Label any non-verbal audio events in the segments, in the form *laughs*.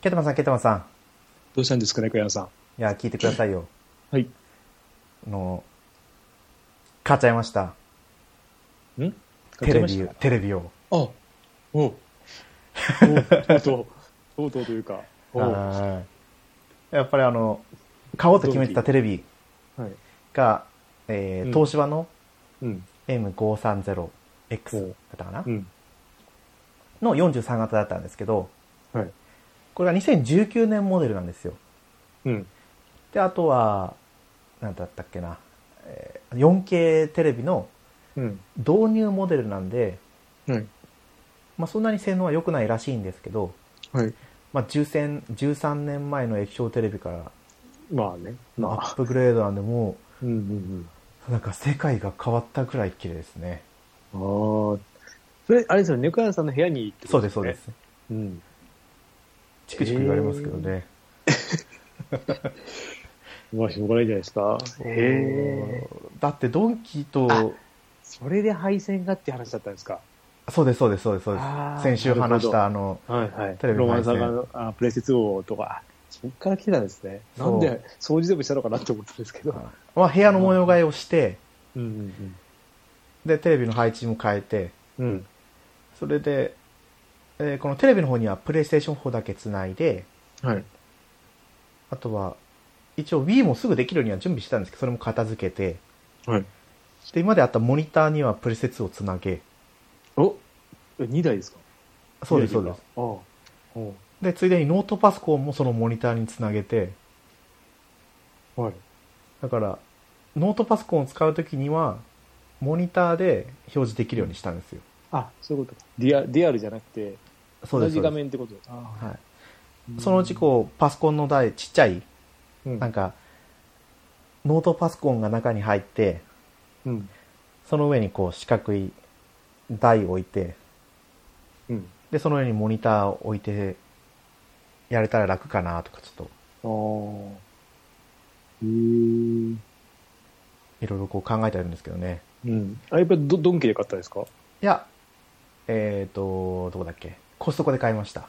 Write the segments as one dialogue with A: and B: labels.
A: ケトマンさん、ケトマンさん。
B: どうしたんですかね、小山さん。
A: いや、聞いてくださいよ。
B: はい。
A: あの、買っちゃいました。
B: ん
A: テレビ、テレビを。
B: あ、おう。おう、とうとう、とうとうというか、おう。は
A: はいやっぱりあの、買おうと決めてたテレビ
B: い。
A: が、え
B: う
A: ー、
B: ん
A: 東芝の
B: うん、
A: M530X だっ
B: お
A: たかな
B: うん。
A: の43型だったんですけど、
B: はい。
A: これが2019年モデルなんですよ。
B: うん。
A: で、あとは、なんだったっけな、えー 4K テレビの
B: うん。
A: 導入モデルなんで、
B: はい。
A: まあ、そんなに性能は良くないらしいんですけど、
B: はい。
A: まあ、10 13年前の液晶テレビから
B: まあね。ま
A: アッ
B: あ。
A: プグレードなんで、も
B: うんうん
A: う、なんか世界が変わったくらい綺麗ですね。
B: うん。ああ。それ、あれですよね、猫屋さんの部屋に行って
A: そ
B: こ
A: う
B: と
A: です、そう
B: ね
A: です。。
B: うん。
A: チクチク言われますけどね。
B: まあ、しょうがないじゃないですか。え。
A: だってドンキと
B: あ、それで配線がって話だったんですか。
A: そうです、そうです、そうです、そうです。
B: あー
A: 先週話し。
B: な
A: たあの、
B: るほどはいはい。
A: テレビ
B: ロ
A: の
B: マン
A: 配
B: サ
A: 線
B: ガのあプレセツ王とか、あそっから来たんですね。な
A: そうん
B: で掃除でもしたのかなって思ったんですけど。
A: まあ、部屋の模様替えをして、
B: うんうん
A: で、テレビの配置も変えて、
B: うん。うん。
A: それで、えーこのテレビの方にはプレイステーション4だけつないで、
B: はい。
A: あとは、一応 Wii もすぐできるようには準備してたんですけど、それも片付けて、
B: はい。
A: で、今まであったモニターにはプレセツをつなげ、
B: おえ2台ですか
A: そうです、そ
B: 二
A: うで
B: 台っ
A: す
B: てい。か。ああ。お
A: で、ついでにノートパソコンもそのモニターにつなげて、
B: うはい。
A: だから、ノートパソコンを使うときには、モニターで表示できるようにしたんですよ。
B: あ、そういうことか。リアディアルじゃなくて、
A: そう
B: 同
A: です。そ
B: じ
A: う
B: 画
A: です
B: 面ってことです。あ
A: はい。
B: あ
A: そのうちこう、パソコンの台、ちっちゃい、
B: うん、
A: なんか、ノートパソコンが中に入って、
B: うん。
A: その上にこう四角い台を置いて、
B: うん。
A: で、その上にモニターを置いて、やれたら楽かなとか、ちょっと、
B: ああ。へー
A: いろいろこう考えてあるんですけどね。
B: うん。あ、やっぱりドドンキで買ったんですか
A: いや、えっ、と、どこだっけコストコで買いました。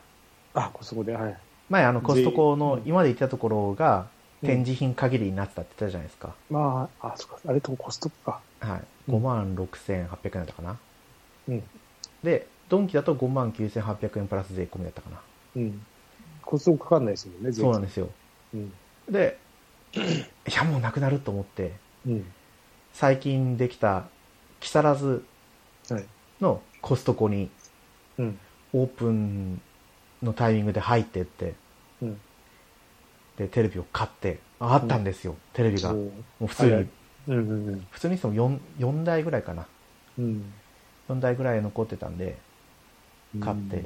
B: あ、そこで、はい。
A: 前、あの、コストコの
B: ぜ
A: 今まで行ってたところが
B: うん
A: 展示品限りになってたって言ったじゃないですか。
B: まあ、あ、そっか、あれとコストコか。
A: はい。
B: うん
A: 5万6800円だったかな。
B: うん。
A: で、ドンキだと5万9800円プラス税込みだったかな。
B: うん。コストコかかんないですもんね、。
A: そうなんですすよ。
B: うん。
A: で、 *clears throat* いや、もうなくなると思って、
B: うん。
A: 最近できた木更津
B: はい。
A: のコストコに
B: うん。
A: オープンのタイミングで入ってって、
B: うん。
A: で、テレビを買って、ああったんですよ、テレビが。
B: そ
A: も
B: う
A: う普通に、
B: はいうんうんうん。
A: 普通にその 4, 4台ぐらいかな。
B: うん。
A: 4台ぐらい残ってたんで、買って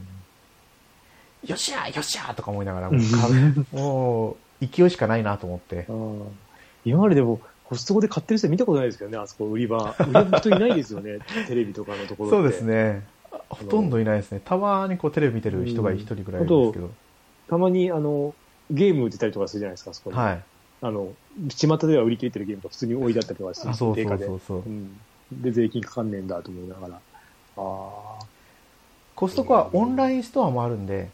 A: よっしゃーよっしゃーとか思いながらもう買う、もう勢いしかないなと思って
B: う。 *laughs* ん。ああ今まででも、コストコで買ってる人見たことないですけどね、あそこ売り場。売り場の人いないですよね、 *laughs* テレビとかのところって。
A: そうです。ね。ほとんどいないですね。たまにこうテレビ見てる人が一人ぐらいいるんですけど。
B: たまに、あの、ゲーム売ってたりとかするじゃないですか、あそこに。い。
A: はい。
B: あの、巷では売り切れてるゲームが普通に置いてあったりとかして
A: あ、そう
B: 定
A: そ
B: 価
A: う
B: で
A: そうそう
B: う。ん。で、税金かかんねえんだと思いながら。あ
A: コストコはオンラインストアもあるんで、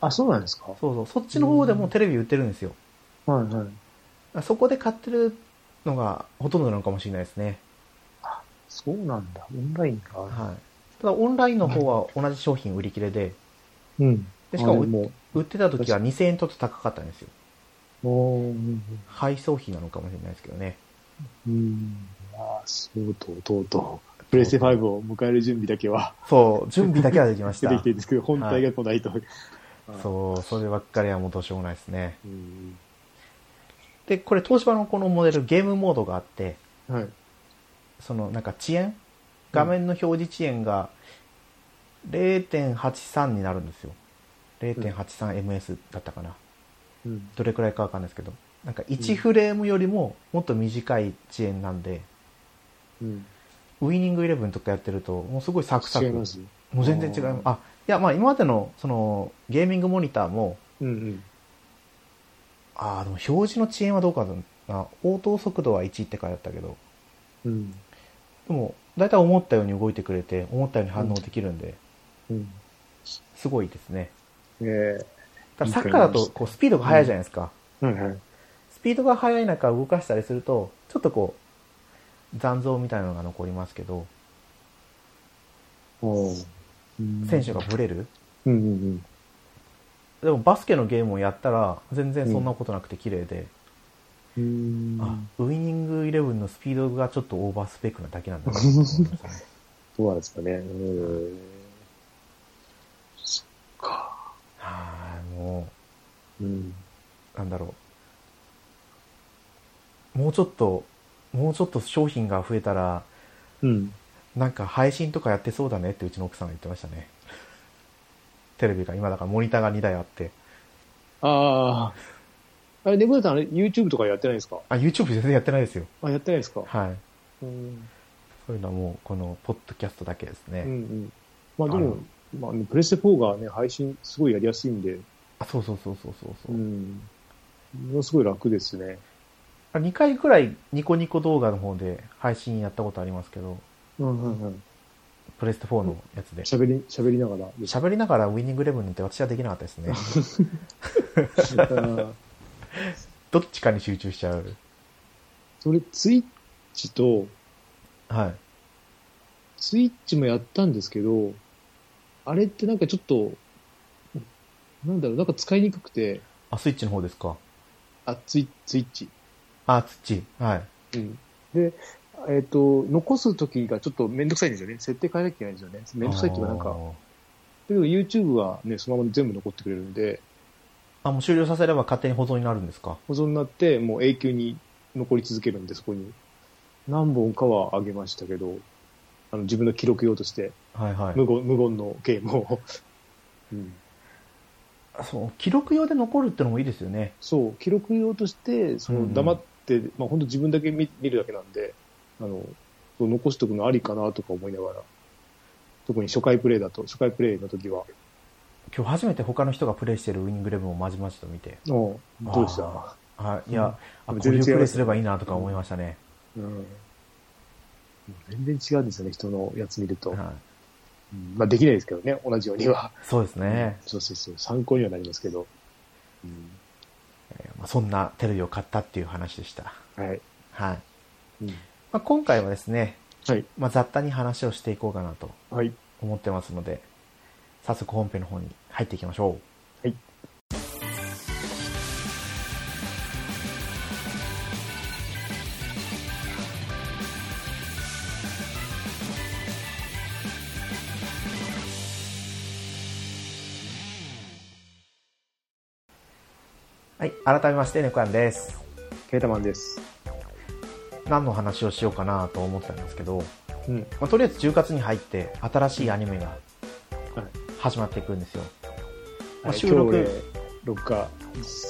B: あ。あ、そうなんですかは
A: そうそう、そっちの方でもテレビ売ってるんですよ。
B: いはい。
A: そこで買ってるのがほとんどなのかもしれないですね。
B: そうなんだ。オンラインか。
A: はい。ただオンラインの方は同じ商品売り切れで、
B: うん。
A: でしかも
B: あれも
A: 売ってた時は2000円ちょっと高かったんですよ。
B: う、おーうん
A: 配送費なのかもしれないですけどね。
B: うん。ああ、そうとうとうとう。プレステ5を迎える準備だけは
A: そう、準備だけはできまし
B: 出
A: た
B: て。きて *laughs* るんですけど、本体が来ないと。う。
A: そう、そればっかりはもうどうしようもないですね。
B: うん。
A: で、これ東芝のこのモデルゲームモードがあって、
B: はい。
A: そのなんか遅延画面の表示遅延が0.83になるんですよ。0.83ms だったかな。
B: うん。
A: どれくらいかわかんないですけど。なんか1フレームよりももっと短い遅延なんで、
B: うん。
A: ウイニングイレブンとかやってると、もうすごいサクサ
B: 違い
A: ク。
B: ます。
A: もう全然違う。あ、いや、まあ今までの、その、ゲーミングモニターも、
B: うんうん。
A: ああ、でも表示の遅延はどうかな。応答速度は1って書いてあったけど、
B: うん。
A: でも、だいたい思ったように動いてくれて、思ったように反応できるんで、
B: うん。
A: すごいですね。
B: ええ
A: ただサッカーだとこうスピードが速いじゃないですか。
B: はいはい。
A: スピードが速い中動かしたりすると、ちょっとこう、残像みたいなのが残りますけど、
B: お
A: 選手が。ブレる。
B: うんうんうん。
A: でもバスケのゲームをやったら、全然そんなことなくて綺麗で、
B: うん
A: あ、ウイニングイレブンのスピードがちょっとオーバースペックなだけなんだなと思います *laughs* ね
B: どうなんですかね。うん。そっか。
A: はい、も
B: うん。
A: う、なんだろう。もうちょっと、もうちょっと商品が増えたら、
B: うん。
A: なんか配信とかやってそうだねってうちの奥さんが言ってましたね。テレビが、今だからモニターが2台あって。
B: ああ。あれ、猫田さん、あれ、YouTube とかやってないんですか
A: あ、YouTube 全然やってないですよ。
B: あ、やってないですか
A: はい。
B: うん。
A: そういうのはもう、この、ポッドキャストだけですね。
B: うんうん。まあで
A: あ
B: も
A: の、
B: まあ、プレステ4がね、配信すごいやりやすいんで、
A: あ、そうそうそうそうそうそうう。
B: ん。ものすごい楽ですね。
A: あ2回くらいニコニコ動画の方で配信やったことありますけど、
B: うんうんうん。
A: プレステ4のやつで。
B: 喋り、喋りながら。
A: 喋りながらウィニングイレブンなんて私はできなかったです
B: *laughs*
A: ね。
B: うん
A: どっちかに集中しちゃう。
B: *laughs* それ、ツイッチと、
A: はい。
B: ツイッチもやったんですけど、あれってなんかちょっと、なんだろう、なんか使いにくくて、
A: あ、スイッチの方ですか。
B: あ、ツイツイッチ。
A: あ、土。はい。
B: うん。で、えっ、と、残すときがちょっとめんどくさいんですよね。設定変えなきゃいけないんですよね。めんどくさいっていうかなんか、
A: あ
B: だ
A: ー
B: けど YouTube はね、そのまま全部残ってくれるんで、
A: あ、もう終了させれば勝手に保存になるんですか。
B: 保存になって、もう永久に残り続けるんで、そこに。何本かは上げましたけど、あの自分の記録用として、
A: はいはい。
B: 無言、無言のゲームを。 *laughs* うん
A: そう、記録用で残るってのもいいですよね。
B: そう、記録用として、そ
A: うんう
B: の
A: ん
B: 黙って、まあ本当自分だけ見見るだけなんで、あの、そう残しておくのありかなとか思いながら、特に初回プレイだと、初回プレイの時は、
A: 今日初めて他の人がプレイしてるウィニングイレブンをまじまじと見て。
B: ど
A: あー
B: うでした
A: はい。いや、
B: うん
A: あ、こう
B: 全
A: い
B: 然
A: う
B: 違います
A: プレイすればいいなとか思いましたね。
B: うん。全然違うんですよね、人のやつ見ると。
A: はい。
B: うんまあできないですけどね、同じようには。
A: そうですね。
B: そうそうそう、参考にはなりますけど。うん
A: えーまあ、そんなテレビを買ったっていう話でした。
B: はい。
A: はい。
B: うん
A: まあ、今回はですね、
B: はい。
A: まあ、雑多に話をしていこうかなと
B: はい。
A: 思ってますので、早速本編の方に入っていきましょう。
B: はい。
A: はい、改めまして、猫やんです。
B: ケータマンです。
A: 何の話をしようかなと思ったんですけど、
B: うん。
A: まあ、とりあえず10月に入って新しいアニメが
B: はい
A: 始まっていくんですよ。まあ
B: はい、
A: 収
B: 今日
A: 録
B: で、録画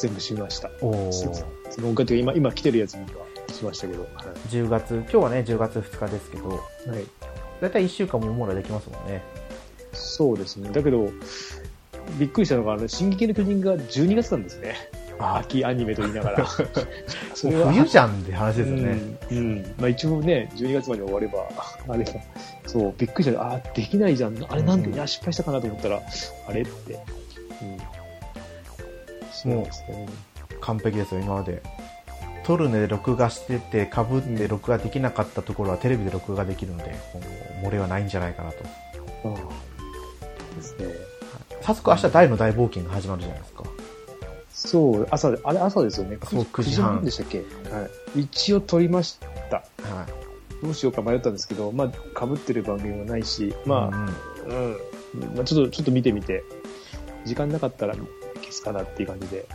B: 全部しました。
A: おお
B: そうそうその音楽今、今来てるやつにはしましたけど。は
A: 10月、今日はね10月2日ですけど、
B: い。はい、
A: だいたい1週間ももらできますもんね。
B: そうですね。だけど、びっくりしたのが、あの、進撃の巨人が12月なんですね。
A: あ
B: 秋アニメと言いなが
A: *laughs*
B: ら。そ
A: もう冬じゃんって話ですよね。
B: うん。うんまあ一応ね、12月まで終われば、あれそう、びっくりした。あー、できないじゃん。あれなんで、
A: うん
B: いや、失敗したかなと思ったら、あれって。うん。そうですね。
A: 完璧ですよ、今まで。撮るねで録画してて、かぶって録画できなかったところはテレビで録画できるので、もう漏れはないんじゃないかなと。
B: ああ。ですね。
A: 早速明日大の大冒険が始まるじゃないですか。
B: そう、朝で、あれ朝ですよね。
A: そう
B: 9
A: 9
B: 時
A: 時
B: 半
A: 半
B: でしたっけはい。一応撮りました。
A: はい。
B: どうしようか迷ったんですけど、まあ、被ってる番組もないし、ま
A: あ、
B: あ、うん。まあ、ちょっと、ちょっと見てみて、時間なかったら消すかなっていう感じで。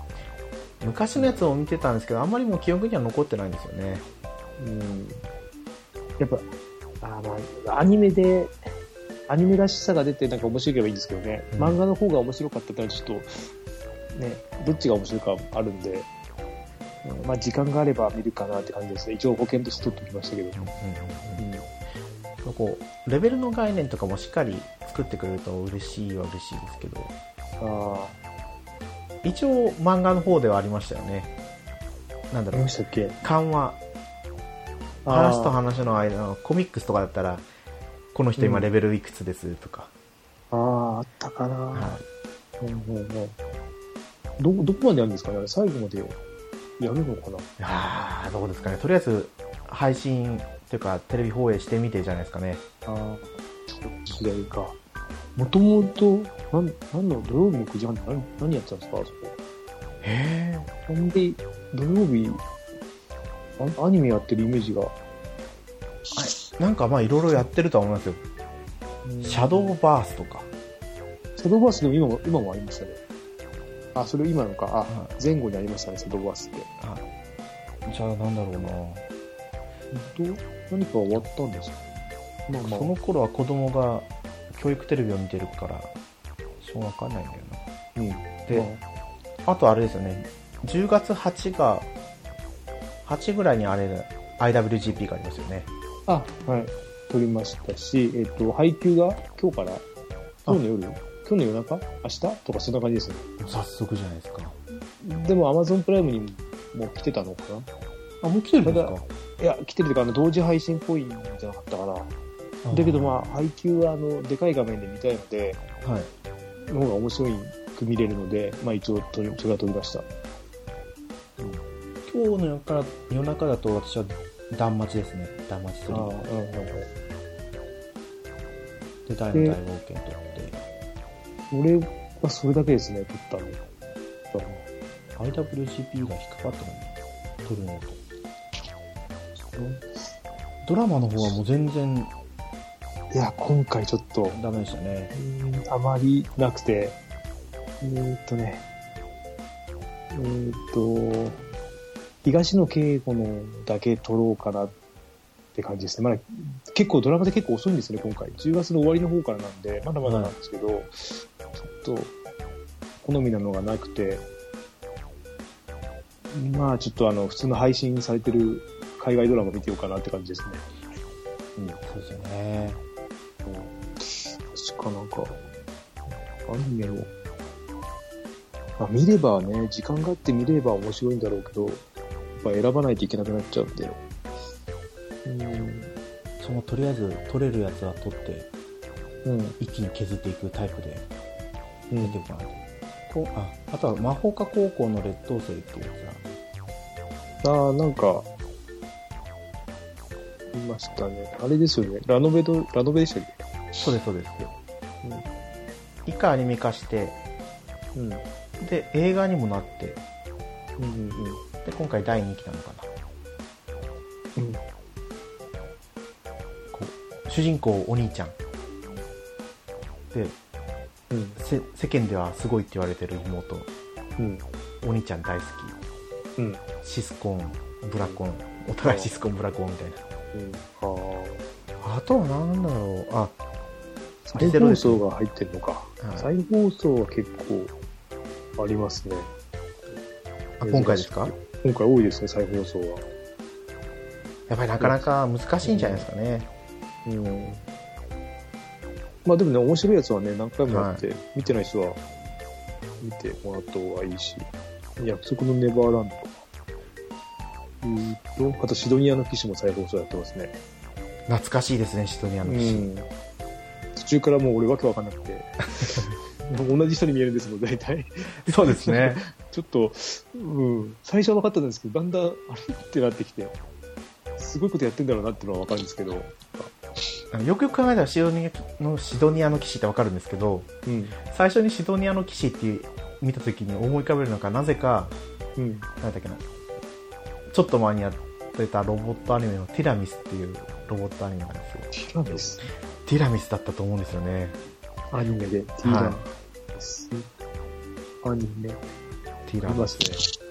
A: 昔のやつを見てたんですけど、あんまりもう記憶には残ってないんですよね。
B: うん。やっぱ、あーまあ、アニメで、アニメらしさが出てなんか面白ければいいんですけどね。
A: うん
B: 漫画の方が面白かったったらちょっと、ね、どっちが面白いかあるんで、うんまあ時間があれば見るかなって感じですね。一応保険として取っておきましたけど。うん
A: こうレベルの概念とかもしっかり作ってくれると嬉しいは嬉しいですけど
B: あ
A: 一応漫画の方ではありましたよねなんだ
B: あ、
A: ろ
B: あり
A: う
B: ましたっけ
A: 緩和話と話の間のコミックスとかだったらこの人今レベルいくつですとか、
B: あーあー、あったかな。
A: は
B: うんうんうんど、どこまでやるんですかね最後までやるのかな
A: ああ、どうですかね。とりあえず、配信というか、テレビ放映してみてじゃないですかね。
B: ああ、左か。もともと、なん、なんの土曜日の9時半って何何やってたんですかあそ
A: へ
B: こ。なんで、土曜日、あアニメやってるイメージが。
A: え。なんかまあ、いろいろやってるとは思いますよ。シャドーバースとか。
B: シャドーバースでも今も、今もありましたね。あ、それ今のか。あ、
A: は
B: 前後にありましたね、シャドーバースって。
A: じゃあ、なんだろうな。
B: どう何か終わったんですかまあまあ
A: その頃は子供が教育テレビを見てるから、そうわかんないんだよ
B: うん。
A: な。で、あとあれですよね、10月8が、8ぐらいにあれ、IWGP がありますよね。
B: あ、はい。撮りましたし、えっ、と、配給が今日から、今日の夜、今日の夜中明日とかそんな感じですね。
A: 早速じゃないですか。
B: でも Amazon プライムにも来てたのかな
A: あ、もう来て
B: るんですかいや、来てるというか、あの、同時配信っぽいんじゃなかったかな。
A: だ
B: だけどまあ、配給は、あの、でかい画面で見たいので、
A: あ、はい。
B: の方が面白いく見れるので、まあ一応撮り、それは撮りました。
A: 今日の夜から夜中だと私は断末ですね。断末する。
B: うん
A: で、大の大冒険とって、
B: 俺はそれだけですね、撮ったの。だから
A: IWGP が引っかかったのに、撮るのと。ドラマの方はもう全然
B: いや、今回ちょっと、
A: ダメでしたね。
B: あまりなくて、えーっとね、えーっと、東野圭吾のだけ撮ろうかなって感じですね。まだ結構ドラマで結構遅いんですね、今回。10月の終わりの方からなんで、まだまだなんですけど、ちょっと、好みなのがなくて、まあちょっとあの、普通の配信されてる海外ドラマ見てようかなって感じですね。うん
A: そうですよね。
B: 確かなんか、アニメを、まあ、見ればね、時間があって見れば面白いんだろうけど、やっぱ選ばないといけなくなっちゃうんで。うん。
A: そのとりあえず取れるやつは取って
B: うん。
A: 一気に削っていくタイプで
B: う
A: 出て
B: ん。
A: もらうとああとは魔法科高校の劣等生っていうや
B: ああ、なんか、いましたね。あれですよね。ラノベと、ラノベでしたっ
A: つはそうですそうです以下アニメ化して
B: けうん。うん
A: で映画にもなって
B: うん
A: で今回第2期なのかな
B: うん。
A: こう主人公お兄ちゃんで
B: うん。
A: せ世間ではすごいって言われてる妹
B: うん。
A: お兄ちゃん大好
B: うん。うん。
A: きシスコンブラコンお互いシスコンブラコンみたい
B: あ
A: なあとは何だろうあ
B: あ。再放送が入ってるのか。
A: はい
B: 再放送は結構ありますね。
A: あ今回ですか
B: 今回多いですね、再放送は。
A: やっぱりなかなか難しいんじゃないですかね、
B: うん。まあでもね、面白いやつはね、何回もやって、見てない人は見てもらった方がいいし、約束のネバーランドとか。うーんと、あとシドニアの騎士も再放送やってますね。
A: 懐かしいですねシドニア
B: う
A: の騎士、
B: ん。途中からもう俺わけわかんなく
A: *laughs*
B: て。同じ人に見えるんですもん、大体。
A: そうですね
B: ちょっと、うん、最初は分かったんですけど、だんだん、あれってなってきて、すごいことやってんだろうなっていうのは分かるんですけど、
A: あの *laughs* よくよく考えたらシドニアのシドニアの騎士ってわかるんですけど
B: うん、
A: 最初にシドニアの騎士っていう見た時に思い浮かべるのがなぜか
B: うん、
A: 何だっけなちょっと前にやってたロボットアニメのティラミスっていうロボットアニメなんですよ
B: ティラミス、
A: ティラミスだったと思うんですよね
B: アニメで、ティラミス、アニメ、
A: ティ
B: あ
A: ラ
B: りま
A: ミ
B: す
A: ス
B: ね。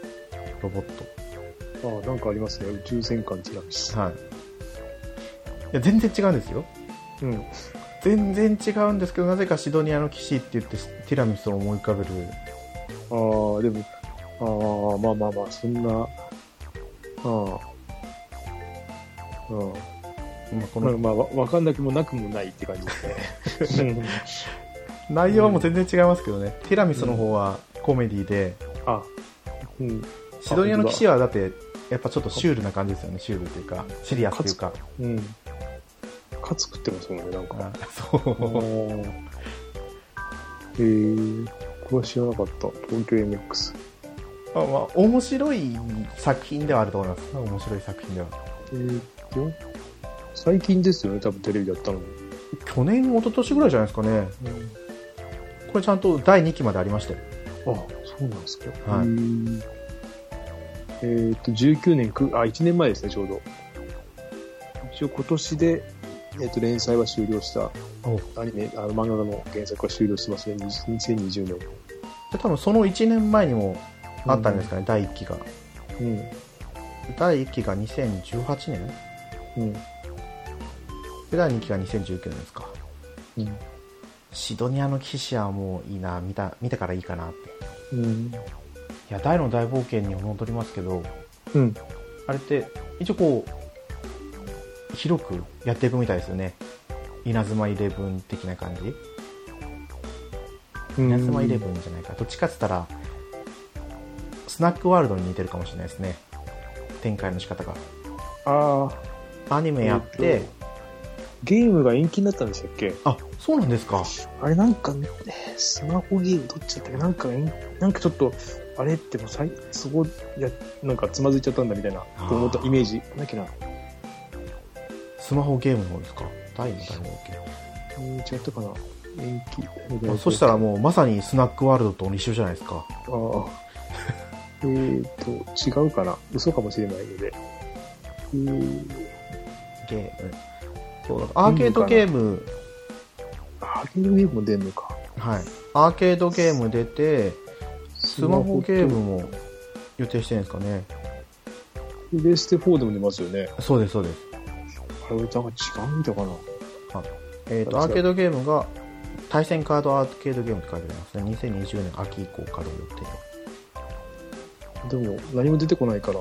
A: ロボッ
B: ああ、なんかありますね、宇宙戦艦ティラミス
A: ト。はいいや全然違うんですよ
B: うん、
A: 全然違うんですけどなぜかシドニアの騎士って言ってティラミスを思い浮かべる
B: ああ、でも、ああ、まあまあまあ、そんな、ああ、うん
A: まあこ
B: まあ
A: の
B: まあ、わわかんなくもなくもないって感じですね。うん
A: 内容はもう全然違いますけどね、ティラミスの方はコメディで、
B: あ、うん、
A: シドニアの騎士はだってやっぱちょっとシュールな感じですよねシュールというかシリアスというか
B: うん。カツ食ってますもんね、なんか。
A: あそう
B: おーへえ。僕は知らなかった。東京 MX。
A: まあまあ、面白い作品ではあると思います。面白い作品では。
B: えーっと、最近ですよね、多分テレビだったの。
A: 去年、一昨年ぐらいじゃないですかね。これちゃんと第2期までありましたよ。
B: あ、そうなんですか。
A: はいう
B: ーんえーっと、19年9、あ、1年前ですね、ちょうど。一応今年で、えーっと、連載は終了した。
A: お
B: アニメ、あの、漫画の原作は終了してますね、2020年。
A: で多分その1年前にもあったんですかね、第1期が。
B: うん。
A: 第1期が2018年
B: うん。
A: で、第2期が2019年ですか。
B: うん。
A: シドニアの騎士はもういいな、見た、見たからいいかなって。
B: うん。
A: いや、大の大冒険に戻りますけど、
B: うん。
A: あれって、一応こう、広くやっていくみたいですよね。稲妻イレブン的な感じ稲妻イレブンじゃないか。どっちかって言ったら、スナックワールドに似てるかもしれないですね。展開の仕方が。
B: ああ、
A: アニメやって、
B: ゲームが延期になったんでしたっけ
A: あ、そうなんですか。
B: あれなんか、ね、スマホゲームどっちだったっけなんか延、なんかちょっと、あれってもうさい、そこ、や、なんかつまずいちゃったんだみたいな、
A: ー
B: と思ったイメージ。なんだっけな。
A: スマホゲームの方ですか。大の大冒
B: うん、違ったかな。延
A: 険。
B: 期。
A: あそしたらもうまさにスナックワールドと一緒じゃないですか。
B: ああ。えーと、違うかな。嘘かもしれないので。うー
A: ゲーム。そうだアーケードゲーム、
B: アーケードゲームも出んのか。
A: はい。アーケードゲーム出て、ス
B: ス
A: マホゲームも予定してるんですかね。
B: プレステ4でも出ますよね。
A: そうです、そうです。
B: あれ、なんか違うみたいかな。
A: えっ、と、
B: あ違う
A: アーケードゲームが、対戦カードアーケードゲームって書いてありますね。2020年秋以降稼働予
B: でも、何も出てこないから。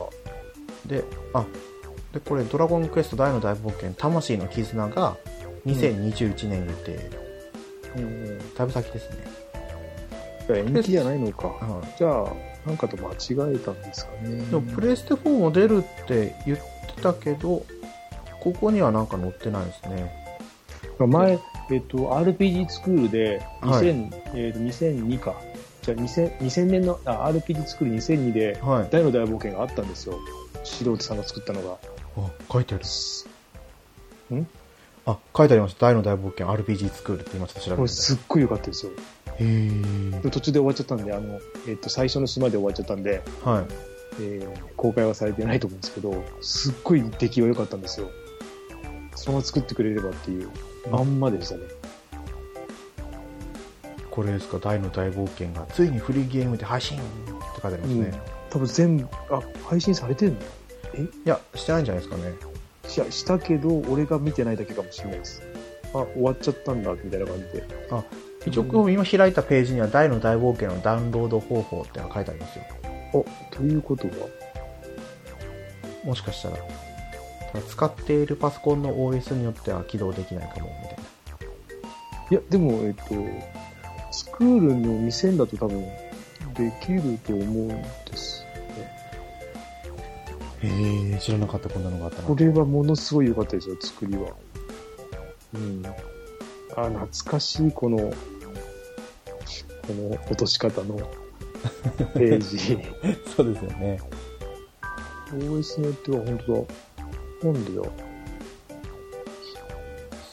A: 定。で、あ、で、これ、ドラゴンクエスト大の大冒険、魂の絆が、2021年予定。
B: うんうん。
A: だいぶ先ですね。
B: じゃあ延期じゃないのか。
A: は
B: じゃあ、なんかと間違えたんですかね。
A: い。でも、プレイステ4も出るって言ってたけど、ここにはなんか載ってないですね。
B: 前、えっと、RPG スクールで、
A: はい
B: 2000、えっと、2002か。じゃあ2000、2000年の、あ、RPG スクール2002で、
A: はい。
B: 大の大冒険があったんですよ。素人さんが作ったのが。
A: あ、書いてある。
B: ん
A: あ、書いてありました。大の大冒険 RPG スクールって今ちょっと調べて
B: こ
A: み
B: れ
A: た。
B: すっごい良かったですよ。
A: へー
B: で途中で終わっちゃったんで、あの、えっと、最初の島で終わっちゃったんで、
A: はい。
B: えー公開はされてないと思うんですけど、すっごい出来は良かったんですよ。そのまま作ってくれればっていう、まんまでしたね。
A: これですか大の大冒険がついにフリーゲームで配信って書いてありますね、
B: うん多分全部、あ、配信されてんの
A: いやしてないんじゃないですかね
B: ししたけど、俺が見てないだけかもしれないです。あ、終わっちゃったんだ、みたいな感じで。
A: 一応今開いたページには大の大冒険のダウンロード方法ってのが書いてありますよ
B: あ、ということは、
A: もしかしたらただ使っているパソコンの OS によっては起動できないかもみたいない
B: や、でも、えっと、スクールの2000だと多分、できると思うんです。
A: へえ知らなかったこんなのがあった
B: これはものすごい良かったですよ、作りは。うん。あ、懐かしい、この、この落とし方のページ。
A: そうですよね
B: OS によっては本当だ。なんでだ。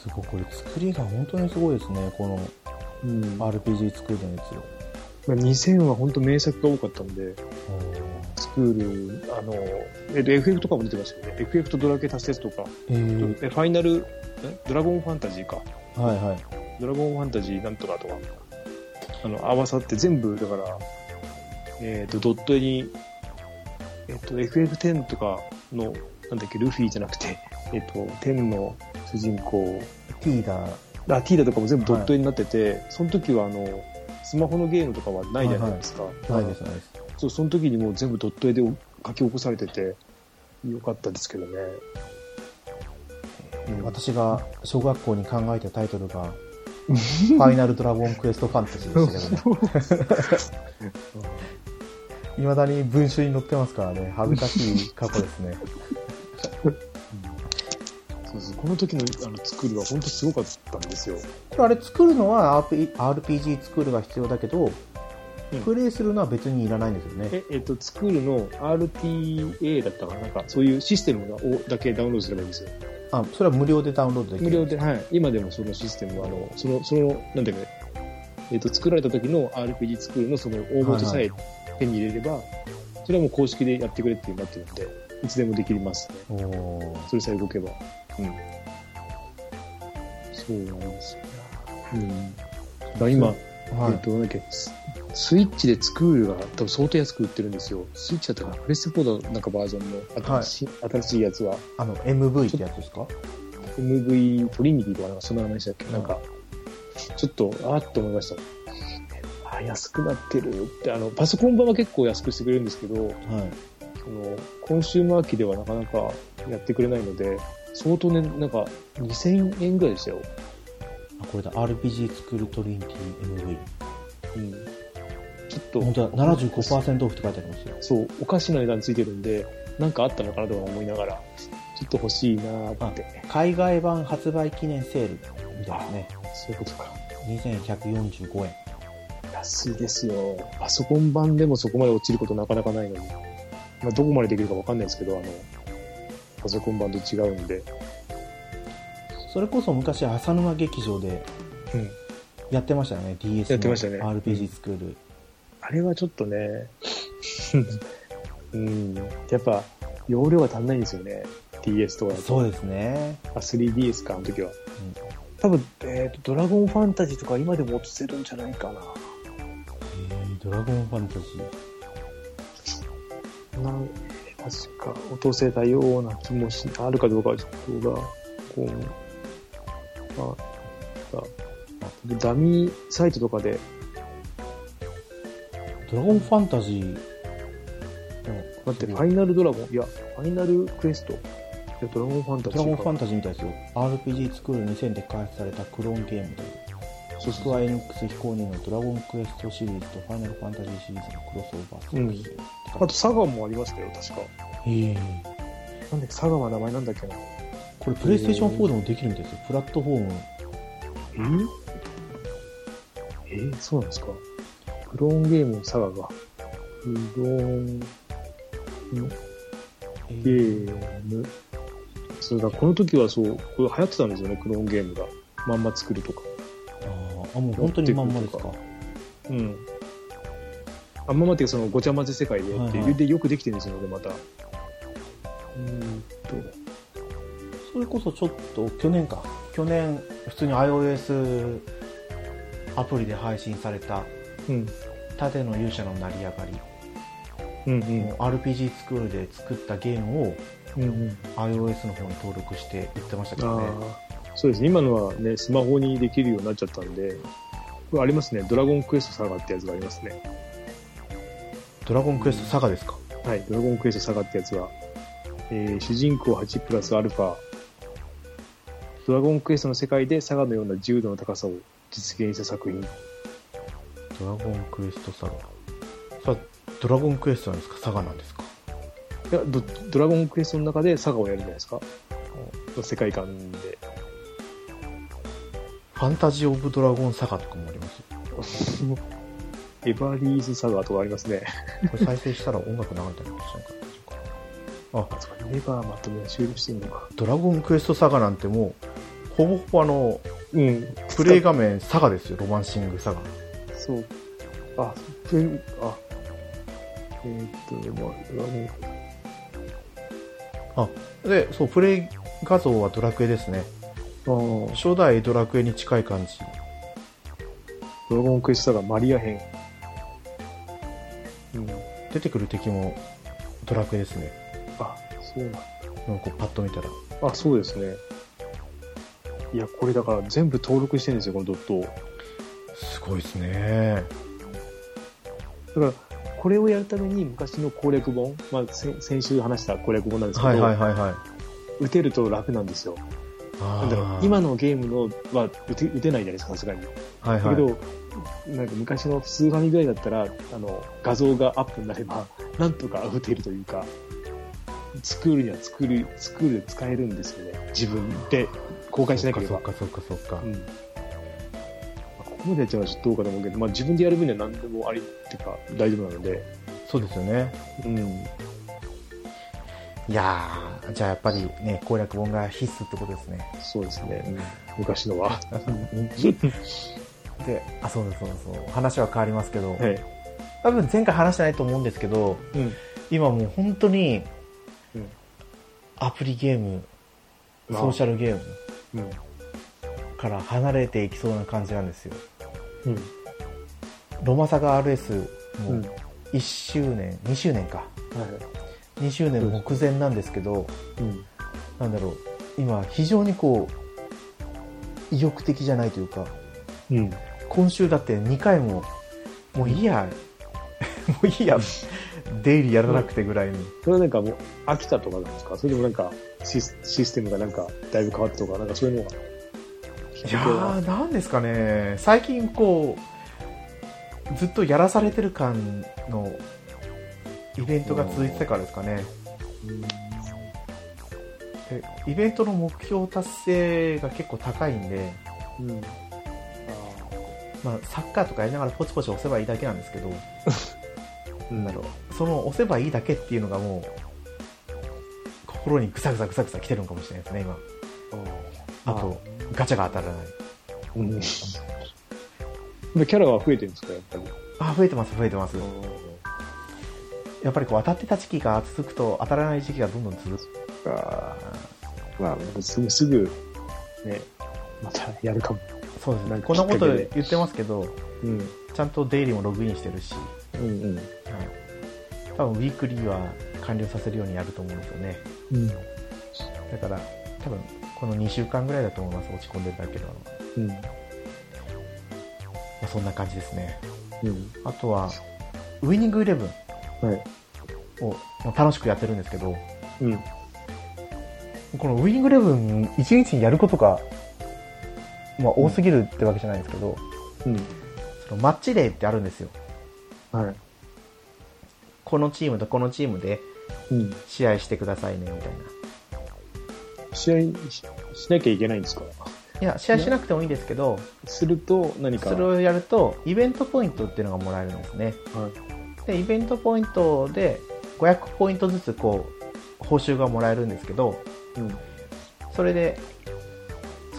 A: すごいこれ作りが本当にすごいですねこの
B: うん。
A: RPG 作るのやつを
B: まあ2000は本当名作が多かったんで、スクール、あの、えっと、FF とかも出てましたよね。FF とドラケタステスとか、
A: えー、
B: えファイナル、んドラゴンファンタジーか。
A: はいはい
B: ドラゴンファンタジーなんとかとか、あの、合わさって全部、だから、えっ、と、ドット絵に、えっ、と、FF10 とかの、なんだっけ、ルフィじゃなくて、えっ、と、10の主人公、
A: ティーダー
B: あ、ティーダとかも全部ドット絵になってて、その時は、あの、スマホのゲームとかはないじゃないですか。
A: ないですないです
B: そう、その時にもう全部ドット絵で書き起こされてて、よかったですけどね。うん
A: 私が小学校に考えたタイトルが「ファイナルドラゴンクエストファンタジー」でしたけどねいまだに文集に載ってますからね恥ずかしい過去です
B: *laughs*
A: ね
B: そうそうこの時のあの作るは本当すごかったんですよ。
A: これあれ作るのは RP RPG 作るが必要だけど
B: うん
A: プレイするのは別にいらないんですよね。
B: え、えっと、スクールの RTA だったかななんか、そういうシステムがをだけダウンロードすればいいんですよ。
A: あ、それは無料でダウンロードできる。
B: 無料で、はい。今でもそのシステムは、あの、その、その、なんだっけ、えっと、作られた時の RPG スクールのその応募とさえ手に入れれば、それはもう公式でやってくれっていうなってるんで、いつでもできますね。
A: おー
B: それさえ動けば。うん。そうなんですよ。うん。だから今、
A: は
B: えっと、なんだっけ、ススイッチでスクールが多分相当安く売ってるんですよ。スイッチだったかなプレステ4のなんかバージョンの新し,、い、新しいやつは、
A: あの、MV ってやつですか
B: MV トリニティとかなんかそんな話だっけ、なんか、ちょっと、あーっと思いました。あー安くなってるって、あの、パソコン版は結構安くしてくれるんですけど、
A: はい。
B: その、コンシューマー機ではなかなかやってくれないので、相当ね、なんか、2000円ぐらいでしたよ。
A: あ、これだ。RPG 作るトリニティ MV。
B: うん。ちょっと、
A: 本当だ。75%オフって書いてありますよ。
B: そう、おかしな値段ついてるんで、なんかあったのかなとか思いながら、ちょっと欲しいなーって。
A: 海外版発売記念セールみたいなね。
B: そういうことか。
A: 2145円。
B: 安いですよ。パソコン版でもそこまで落ちることなかなかないのに。まあ、どこまでできるかわかんないですけど、あの、パソコン版と違うんで。
A: それこそ昔、浅沼劇場で
B: うん。
A: やってましたよね。DS
B: やってましたね
A: の RPG スクール。
B: あれはちょっとね、 *laughs* うん。やっぱ、容量が足んないんですよね。DS とかだと。
A: そうですね。
B: あ、3DS か、あの時は。多分、えっ、と、ドラゴンファンタジーとか今でも落ちてるんじゃないかな。
A: えードラゴンファンタジー。
B: なん確か落とせたような気もし、あるかどうかはちょっとが、こう、まあ、あダミーサイトとかで、
A: ドラゴンファンタジー。
B: 待って、
A: ド
B: ファイナルドラゴン、いや、ファイナルクエスト、いやドラゴンファンタジー
A: ラ
B: か。
A: ゴンファンタジーみたいですよ。RPG スクール2000で開発されたクローンゲームで、
B: そう
A: ス
B: そ
A: ク
B: う
A: ワエニックス非公認のドラゴンクエストシリーズとファイナルファンタジーシリーズのクロスオーバー作品って
B: あ
A: 書
B: と、
A: いて
B: サガもありましたよ、確か。
A: ある。へー
B: なんだっけ、サガは名前なんだっけな。
A: これプレイステーション4でもできるんですよ。プラットフォーム。
B: んえーそうなんですか。クローンゲームのサガが。クローン
A: え
B: ゲ
A: ー
B: ーム。そうだ、この時はそう、これ流行ってたんですよね、クローンゲームが。まんま作るとか。
A: あーあ、もう本当にまんまですか。
B: うん。あまんまっていうか、そのごちゃ混ぜ世界でやって、
A: はいはい
B: で、よくできてるんですよね、また。うーんと。
A: それこそちょっと去年か去年普通に iOS アプリで配信された
B: うん。
A: 「盾の勇者の成り上がり
B: うんう」ん
A: もう RPG スクールで作ったゲームを
B: うんうん。
A: iOS の方に登録して売ってましたけどね
B: ああ。そうですね、今のはね、スマホにできるようになっちゃったんで、これありますね、ドラゴンクエストサガってやつがありますね。
A: 「ドラゴンクエストサガ」ですか
B: はい、ドラゴンクエストサガってやつは、えー主人公8プラスアルファ、ドラゴンクエストの世界でサガのような自由度の高さを実現した作品。
A: 「ドラゴンクエストサガ」さドラゴンクエストなんですかサガなんですか
B: いやドドラゴンクエストの中でサガをやるんじゃないですか世界観で。
A: ファンタジー・オブ・ドラゴン・サガとかもありますよ
B: エバリーズサガとかありますね。
A: これ再生したら音楽流れたりもしなかったでしょうか
B: あ、そうか、ネバーまとめは終了してるのか。
A: ドラゴンクエストサガなんてもうほぼほぼあの
B: うん。
A: プレイ画面サガですよロマンシングサガ
B: そう。あ、プレイ、あ、えーっと、まあ、ドラゴン
A: でそうプレイ画像はドラクエですね
B: ああ、
A: 初代ドラクエに近い感じ
B: ドラゴンクエストサガマリア編。うん。
A: 出てくる敵もドラクエですね
B: あ、そうなん
A: なんかこうパッと見たら
B: あ、そうですね。いや、これだから全部登録してるんですよ、このドットを。
A: すごいですね
B: だから、これをやるために昔の攻略本、まあ、せ先週話した攻略本なんですけど、
A: はいはいはいはい
B: 打てると楽なんですよ。なんだろ
A: あ
B: う
A: ー
B: 今のゲームのは打て打てないじゃないですか、さすがに。だ
A: はい
B: け
A: はい
B: ど、なんか昔のスーファミぐらいだったら、あの、画像がアップになれば、なんとか打てるというか、スクールにはスクール、スクールで使えるんですよね。自分で公開しなければ
A: そっ。かそっかそっかそっか、
B: うんまあこここまでやっちゃうのはどうかと思うけど、まあ、自分でやる分には何でもありっていうか大丈夫なので、
A: そうですよね。
B: うん、
A: いやー、じゃあやっぱりね、攻略本が必須ってことですね。
B: そうですね、うん昔の *laughs* は。
A: で、あ、そうです、そうですそうです。話は変わりますけど、
B: はい
A: 多分前回話してないと思うんですけど、
B: うん
A: 今もう本当に
B: うん
A: アプリゲーム、
B: まあ
A: ソーシャルゲーム
B: うん
A: から離れていきそうな感じなんですよ。
B: うん
A: ロマサガ RS
B: うん
A: も1周年、2周年か。
B: は
A: 2周年目前なんですけど、
B: いうん
A: なんだろう、今非常にこう、意欲的じゃないというか、
B: うん
A: 今週だって2回も、もういいや、 *laughs* もういいや、 *laughs* デイリーやらなくてぐらいに。
B: それはなんかもう飽きたとかなんですかそれでもなんかシスシステムがなんかだいぶ変わったとか、なんかそういうのが。
A: いやー、なんですかね、最近こう、ずっとやらされてる感のイベントが続いてたからですかね。
B: うん
A: でイベントの目標達成が結構高いんで、
B: うん
A: まあ、サッカーとかやりながらポチポチ押せばいいだけなんですけど、
B: うん、なるほ
A: その押せばいいだけっていうのがもう、心にぐさぐさぐさぐさ来てるのかもしれないですね、今。
B: ど。
A: あと、ガチャが当たらない。
B: うん。 *laughs* でキャラが増えてるんですか、やっぱり。
A: あ、増えてます、増えてます。やっぱりこう当たってた時期が続くと、当たらない時期がどんどん続く。
B: あーまあ、すぐ、すぐ、ね、またやるかも。
A: そうです
B: なん
A: ね。
B: か
A: こんなこと
B: きっかけで
A: 言ってますけど、
B: うん。
A: ちゃんとデイリーもログインしてるし、
B: うんうん。
A: はい、多分ウィークリーは完了させるようにやると思うんですよね。
B: うん。
A: だから、多分この2週間ぐらいだと思います、落ち込んでるだけなのは。
B: うん。
A: まあ、そんな感じですね。
B: うん。
A: あとは、ウィニングイレブン
B: はい。
A: をもう楽しくやってるんですけど、
B: うん。
A: このウィニングイレブン1日にやることが、まあ、多すぎるってわけじゃないんですけど、
B: うん。
A: そのマッチデーってあるんですよ。
B: はい。
A: このチームとこのチームで
B: うん。
A: 試合してくださいね、みたい
B: 試合ししなきゃいけないんですか
A: な。いや、試合しなくてもいいんですけど、
B: すると何か。
A: それをやると、イベントポイントっていうのがもらえるんですね。
B: はい。
A: で、イベントポイントで500ポイントずつ、こう、報酬がもらえるんですけど、
B: うん。
A: それで、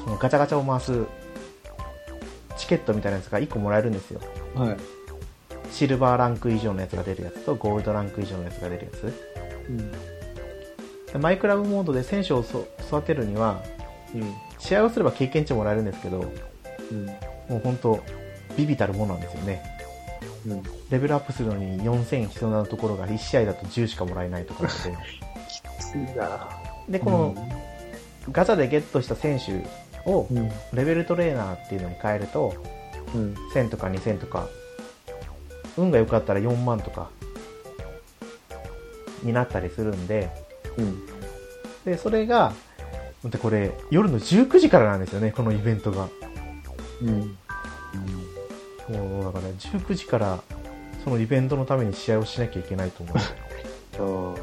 A: そのガチャガチャを回すチケットみたいなやつが1個もらえるんですよ。
B: はい。
A: シルバーランク以上のやつが出るやつと、ゴールドランク以上のやつが出るやつ。
B: うん。
A: でマイクラブモードで選手をそ育てるには、
B: うん。
A: 試合をすれば経験値もらえるんですけど、
B: うん。
A: もう本当ビビたるものなんですよね。
B: うん。き
A: レベルアップするのに4000必要なところが1試合だと10しかもらえないとかって。
B: ついな。
A: *laughs* で、このガチャでゲットした選手を
B: うん。
A: レベルトレーナーっていうのに変えると、
B: うん。
A: 1000とか2000とか、運が良かったら4万とか、になったりするんで、
B: うん。
A: で、それが、で、これ、夜の19時からなんですよね、このイベントが。
B: うん。
A: もう、だから19時から、そのイベントのために試合をしなきゃいけないと思う。 *laughs*
B: ああ。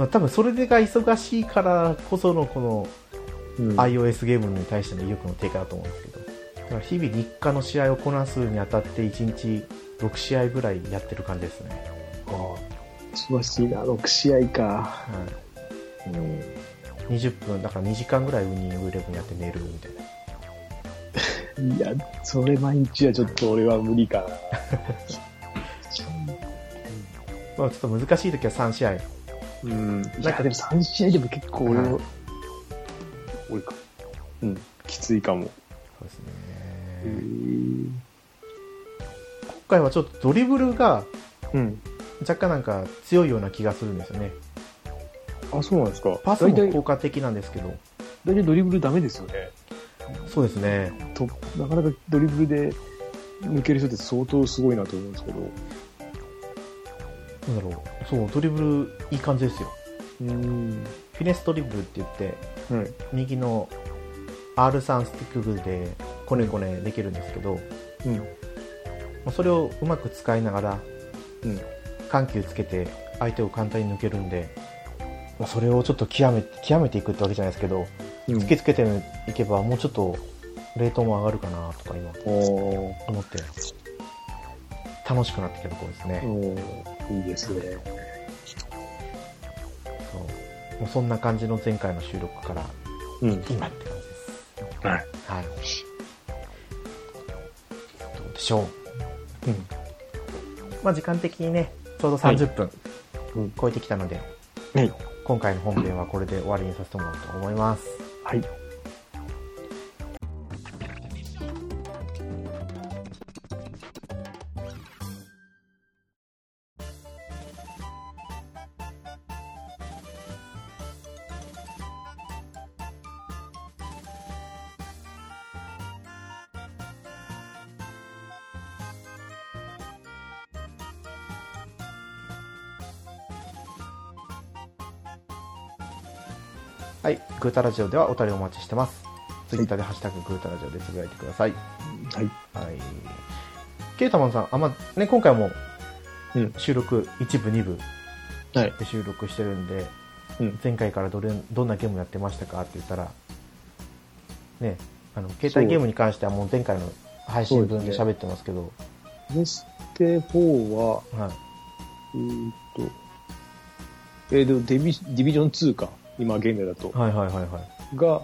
A: まあ多分それが忙しいからこそのこの
B: うん。
A: iOS ゲームに対しての意欲の低下だと思うんですけどだから日々日課の試合をこなすにあたって1日6試合ぐらいやってる感じですね、
B: 忙しいな、6試合か。
A: は
B: うん。
A: い、20分だから2時間ぐらいウィニングイレブンやって寝るみたいない
B: や、それ毎日はちょっと俺は無理かな。
A: まあちょっと難しい時は3試合
B: *laughs* うん。なんかでも3試合でも結構俺も、多いか。うん。きついかも。
A: そうです
B: う
A: ね
B: ん。
A: 今回はちょっとドリブルが
B: うん。
A: 若干なんか強いような気がするんですよね
B: あ、そうなんですか。
A: パス
B: 大
A: も
B: 体、
A: 効果的なんですけど
B: 大体ドリブルダメですよね。
A: そうですね
B: と、なかなかドリブルで抜ける人って相当すごいなと思うんですけど。
A: なんだろうそうドリブルいい感じですよ
B: うん。
A: フィネスドリブルって言って
B: はい。
A: 右の R3 スティックでコネコネできるんですけど、ま
B: うん。
A: あそれをうまく使いながら
B: うん。
A: 緩急つけて相手を簡単に抜けるんで、まあそれをちょっと極め極めていくってわけじゃないですけど
B: うん
A: 突きつけていけばもうちょっとレートも上がるかなとか今
B: おー
A: 思って楽しくなってきたところですね、
B: おーいいですね。
A: そうもうそんな感じの前回の収録から
B: うん。
A: 今って感じです
B: はい。
A: はいどうでしょう
B: うん。
A: まあ時間的にねちょうど30分
B: うん
A: 超えてきたので、
B: はい。
A: 今回の本編はこれで終わりにさせてもらおうと思います
B: はい。
A: はいグータラジオではお便りお待ちしてますツイッターで「ハッシュタググータラジオ」でつぶやいてください
B: は
A: は
B: い。
A: い。ケイタマンさん、あ、まあ、ね、今回も
B: うん
A: 収録一部、二部
B: はい。
A: で収録してるんで、
B: うん
A: 前回からどれどんなゲームやってましたかって言ったら、ね、あの携帯ゲームに関してはもう前回の配信分で喋ってますけど、
B: プレステ4は、
A: はい、
B: うーんと、えー、でもデビ、ディビジョン2か。今、現在だと。
A: はいはいはいはい。
B: が、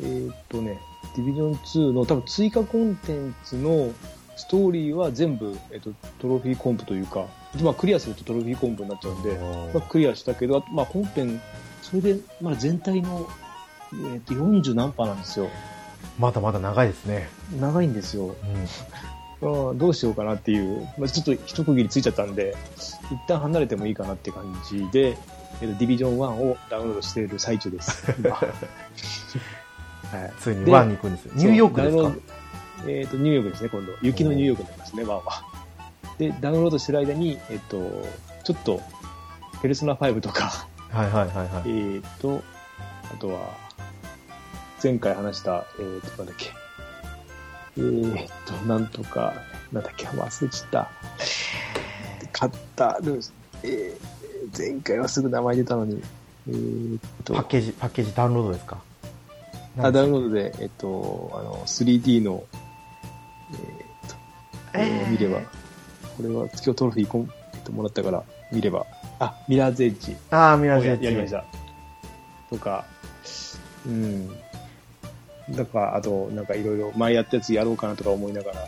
B: えーっとね、ディビジョン2の多分追加コンテンツのストーリーは全部、えーっとトロフィーコンプというか、まあ、クリアするとトロフィーコンプになっちゃうんで、まあ、クリアしたけど、あとまあ、本編、それで、まあ、全体の、えーっと40何パーなんですよ。
A: まだまだ長いですね。
B: 長いんですよ。
A: うん。
B: あーどうしようかなっていう、まあ、ちょっと一区切りついちゃったんで、一旦離れてもいいかなって感じで、えーっとディビジョン1をダウンロードしている最中です。
A: *laughs*
B: 今はい
A: ついに
B: で
A: ワンに行くんですよ。ニューヨークです
B: ダウ
A: か
B: ンロードえっ、と、ニューヨークですね、今度。雪のニューヨークになりますね、ワンは。で、ダウンロードしてる間に、えっ、と、ちょっと、ペルソナ5とか、
A: はいはいはいは
B: えっ、
A: い。
B: と、あとは、前回話した、えっ、と、なんだっけ、えっ、と、なんとか、なんだっけ、忘れちゃった。買った、どうしえー前回はすぐ名前出たのに、えっ、と
A: パッ、ケージ、パッケージダウンロードですか
B: あダウンロ
A: ー
B: ードで、えっと、あの、3D の、えーっと、これを見れば、これは、今日トロフィーこん、えっと、もらったから、見れば、あ、ミラーズエッジ
A: ド。ああ、ミラー
B: を
A: ジュ
B: や
A: エッジ
B: やりました。とか、うん。だから、あと、なんかいろいろ、前やったやつやろうかなとか思いながら、ちょ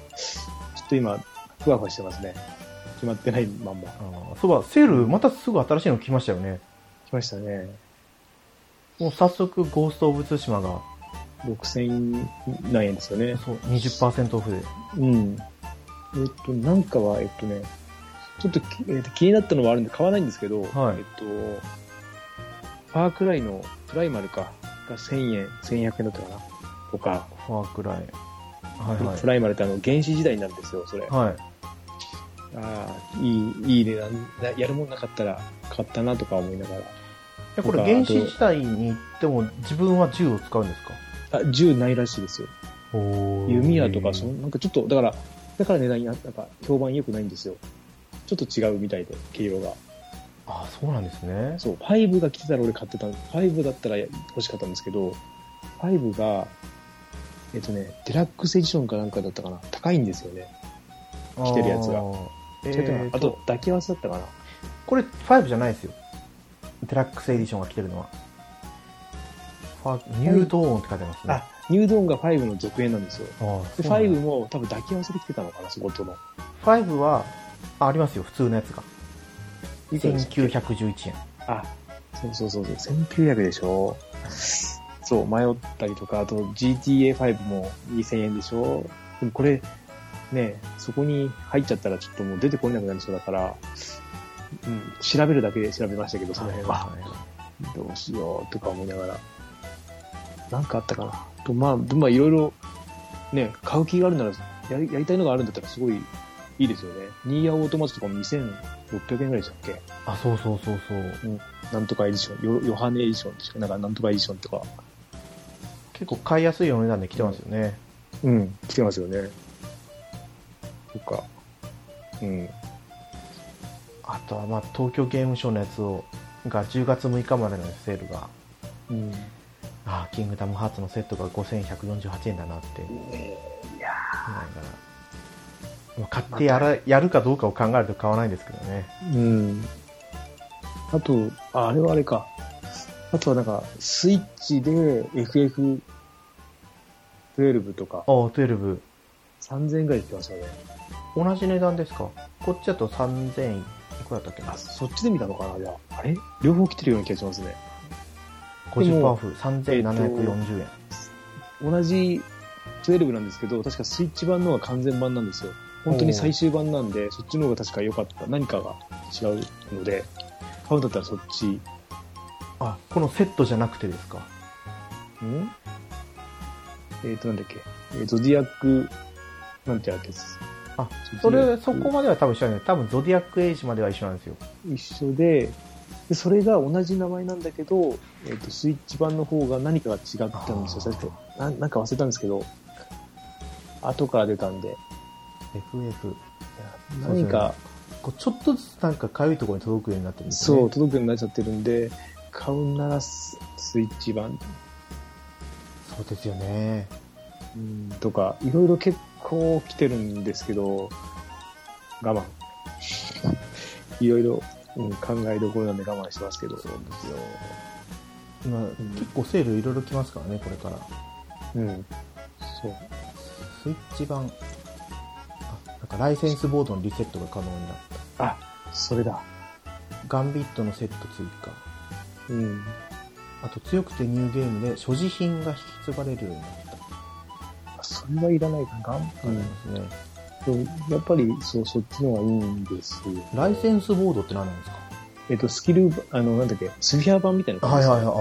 B: っと今、ふわふわしてますね。決まってないまんま。
A: あーそうだ、セール、またすぐ新しいの来ましたよね。
B: 来ましたね。
A: もう早速、ゴースト・オブ・ツシマが、
B: 6000何円ですよね。
A: そう、20%オフで。
B: うん。えっと、なんかは、えっとね、ちょっとき、えっと、気になったのはあるんで買わないんですけど、
A: はい
B: えっと、パークライのプライマルか、が1000円、1100円だったかなとか、
A: ファークライ。はいは
B: プ
A: い。
B: ライマルってあの、原始時代になるんですよ、それ。あ
A: はい。
B: あー、いい、いい値段、なやるもんなかったら買ったなとか思いなが、
A: え、これ、原始時代に行っても、自分は銃を使うんですから
B: あ、銃ないらしいですよ。
A: お
B: 弓矢とか、その
A: の
B: なんかちょっと、だから、だから値段や、なんか評判良くないんですよ。ちょっと違うみたいで、毛色が。
A: あ、そうなんですね。
B: そう、5が来てたら俺買ってた、5だったら欲しかったんですけど、5が、えっとね、デラックスエディションかなんかだったかな。高いんですよね。来てるやつが
A: あー。え
B: それとも
A: ーと、
B: あと、抱き合わせだったかな。
A: これ、5じゃないですよ。デラックスエディションが来てるのは。ファーニュードーンって書いてますね。
B: あ、ニュードーンが5の続編なんですよ。
A: あー、
B: で、
A: そうなんだ
B: 5も多分抱き合わせで来てたのかな、そことの。
A: 5は、あ、ありますよ、普通のやつが。
B: いくらでしたっけ
A: 1911円。
B: あ、そうそうそうそう、1900でしょ。そう、迷ったりとか、あと GTA5 も2000円でしょ。でもこれ、ね、そこに入っちゃったらちょっともう出てこれなくなりそうだから、うん、調べるだけで調べましたけど、その辺は。
A: いいい
B: どうしようとか思いながら。なんかあったかな。と、まあ、でまあ、いろいろ、ね、買う気があるなら、やりやりたいのがあるんだったらすごいいいですよね。ニーヤーオートマスとかも2600円ぐらいでしたっけ
A: あ、そうそうそうそう。
B: なんとかエディション、ヨヨハネエディションでしか、なんかなんとかエディションとか、
A: 結構買いやすいお値段で来てますよね。
B: うん、来てますよね。とか、うん、
A: あとはまあ東京ゲームショウのやつをが10月6日までのセールが
B: うん、
A: ああキングダムハーツのセットが5148円だなって思い
B: い
A: な
B: や
A: がら、まあ買ってやらやるかどうかを考えると買わないんですけどね
B: うん。あと、ああれはあれか。あとはなんか、スイッチで FF12 とか
A: あ、あ12
B: 3000円ぐらい言ってましたね。
A: 同じ値段ですかこっちだと3000いくらだったっけな
B: あ、そっちで見たのかなじゃあ。あれ両方来てるような気がしますね。
A: 50%オフ3740円、
B: 同じ12なんですけど、確かスイッチ版の方が完全版なんですよ。本当に最終版なんで、そっちの方が確か良かった。何かが違うので、買うんだったらそっち。ん
A: あこのセットじゃなくてですか
B: えっ、と、なんだっけ。えーゾディアック、なんてやつです。
A: あ、
B: ゾ
A: そ
B: ディア
A: れ
B: ック
A: そこまでは多分一緒なんです多分ゾディアックエイジまでは一緒なんですよ
B: 一緒で、でそれが同じ名前なんだけど、えーと、スイッチ版の方が何かが違ったんですよ。
A: あー
B: 確かななんか忘れたんですけど、後から出たんで、い
A: FF
B: や何か、
A: こうちょっとずつなんかかゆいところに届くようになってるんですね
B: そう、届くようになっちゃってるんで、買うならススイッチ版
A: そうですよね
B: うんとか、いろいろ結構来てるんですけど、
A: *laughs*
B: 我慢。いろいろ、うん、考えどころなんで我慢してますけど。そうですよ。
A: 今、結構セールいろいろ来ますからねこれから
B: うん。そう。
A: スイッチ版あなんかライセンスボードのリセットが可能になった
B: あ、それだ。
A: ガンビットのセット追加
B: うん。
A: あと強くてニューゲームで所持品が引き継がれるようになった
B: それはいらないかな。
A: ありますね、
B: うん。でもやっぱり、そう、そっちの方がいいんですよ。
A: ライセンスボードって何なんですか
B: えっと、スキル、あの、なんだっけ、スフィア版みたいな感じですね
A: は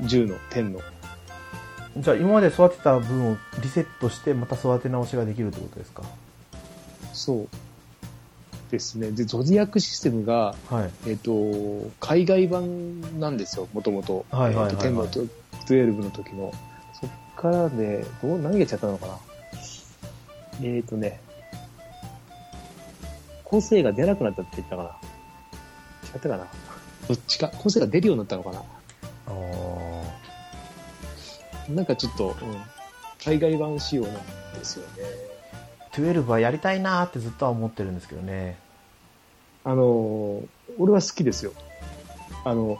B: 10 10の、10の。
A: いじゃあ今まで育てた分をリセットしてまた育て直しができるってことですか
B: そう。ですね。で、ゾディアックシステムが、
A: はい
B: えっ、と、海外版なんですよ、もともと。
A: はいはいはいはい
B: えっと、テンバと12の時の。そっからで、どう、何がやっちゃったのかな。えっ、とね、個性が出なくなったって言ったかな。違ったかな。どっちか、個性が出るようになったのかな。
A: ああ
B: なんかちょっと、うん、海外版仕様なんですよね。
A: 12はやりたいなーってずっとは思ってるんですけどね
B: あのー、俺は好きですよ。あの、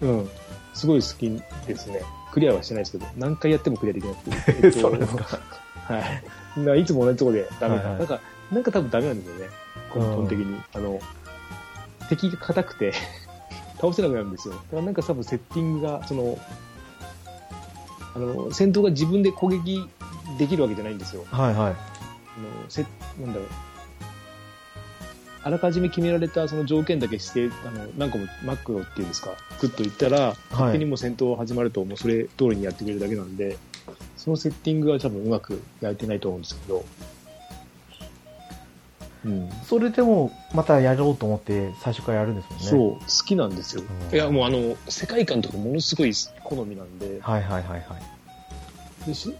B: うん、すごい好きですね。クリアはしてないですけど、何回やってもクリアできなく
A: *laughs*
B: て。えっと
A: そうなんですか
B: *laughs* はい。ないつも同じとこでダメだ、
A: はいはい
B: なんか、なんか多分ダメなんですよね。根本的に。あの、敵が硬くて、 *laughs* 倒せなくなるんですよ。だからなんか多分セッティングが、その、あの、戦闘が自分で攻撃できるわけじゃないんですよ。
A: はいはい
B: あのせなんだろうあらかじめ決められたその条件だけ指定あの何個もマクロっていうんですかグッといったら、勝手にもう戦闘始まるともうそれ通りにやってくれるだけなんでそのセッティングは多分うまくやれてないと思うんですけど、うん
A: それでもまたやろうと思って最初からやるんですもんね
B: そう好きなんですよ、
A: うん
B: いやもうあの世界観とかものすごい好みなんで
A: はいはいはいはい
B: で主主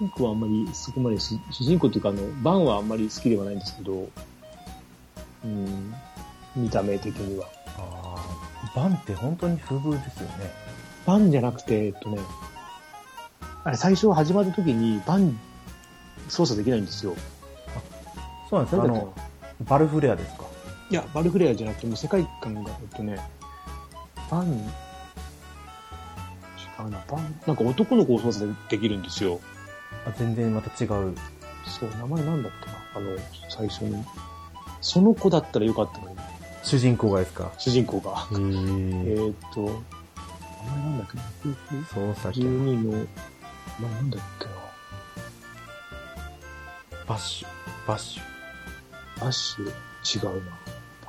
B: 人公はあんまりそこまでし主人公というかあのバンはあんまり好きではないんですけど、うん、見た目的には
A: ああバンって本当に不遇ですよね
B: バンじゃなくてえっとねあれ最初始まる時にバン操作できないんですよ
A: そうなんですよあ
B: なんだっ
A: のバルフレアですか
B: いやバルフレアじゃなくてもう世界観がえっとねバン違うなバンなんか男の子を操作できるんですよ
A: あ全然また違う
B: そう名前なんだっけなあの最初にその子だったらよかったのに
A: 主人公がですか
B: 主人公が
A: へ
B: え
A: え
B: ーっと、名前なんだっけな
A: そうさっき
B: ?12 の、名前なんだっけな
A: バッシュバッシュ
B: バッシュ、違うな。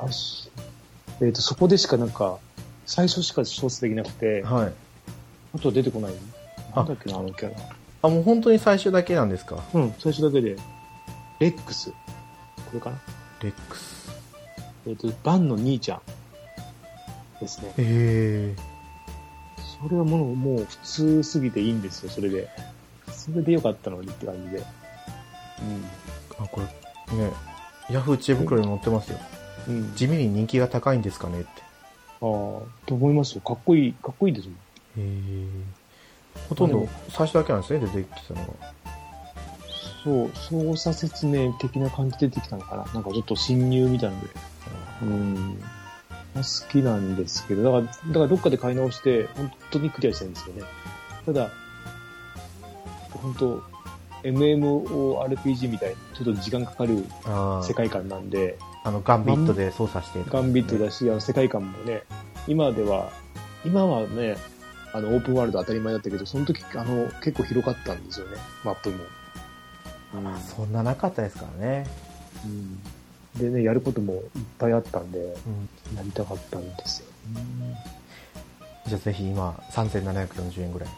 B: バッシュ。えーっと、そこでしかなんか、最初しか操作できなくて、
A: はい
B: あとは出てこない。
A: あ
B: なんだっけな、あのキャラ。
A: あもう本当に最初だけなんですか
B: うん、最初だけで、レックス。これかな
A: レックス
B: えーっと、バンの兄ちゃん。ですね。
A: へえ
B: それはもう、もう普通すぎていいんですよ、それで。それでよかったのにって感じで。うん。
A: あこれねヤフー知恵袋に載ってますよ
B: うん、
A: 地味に人気が高いんですかねって
B: ああ、と思いますよ。かっこいい、かっこいいですもん。
A: えー、ほとんど最初だけなんですね、出てきたのが。
B: そう、操作説明的な感じで出てきたのかな。なんかちょっと侵入みたいなので。うん。好きなんですけど、だから、だからどっかで買い直して、本当にクリアしたいんですよね。ただ、本当 MMORPG みたいに、ちょっと時間かかる
A: あ
B: 世
A: ー
B: 界観なんで、
A: あの、ガンビットで操作してとか
B: ガンビットだし、あの世界観もね、今では、今はね、あの、オープンワールド当たり前だったけど、その時、あの、結構広かったんですよね、マップも。
A: まあそんななかったですからね。
B: うんでね、やることもいっぱいあったんで、
A: うん
B: やりたかったんですよ。
A: じゃあぜひ今、3740円ぐ
B: *laughs*
A: らい。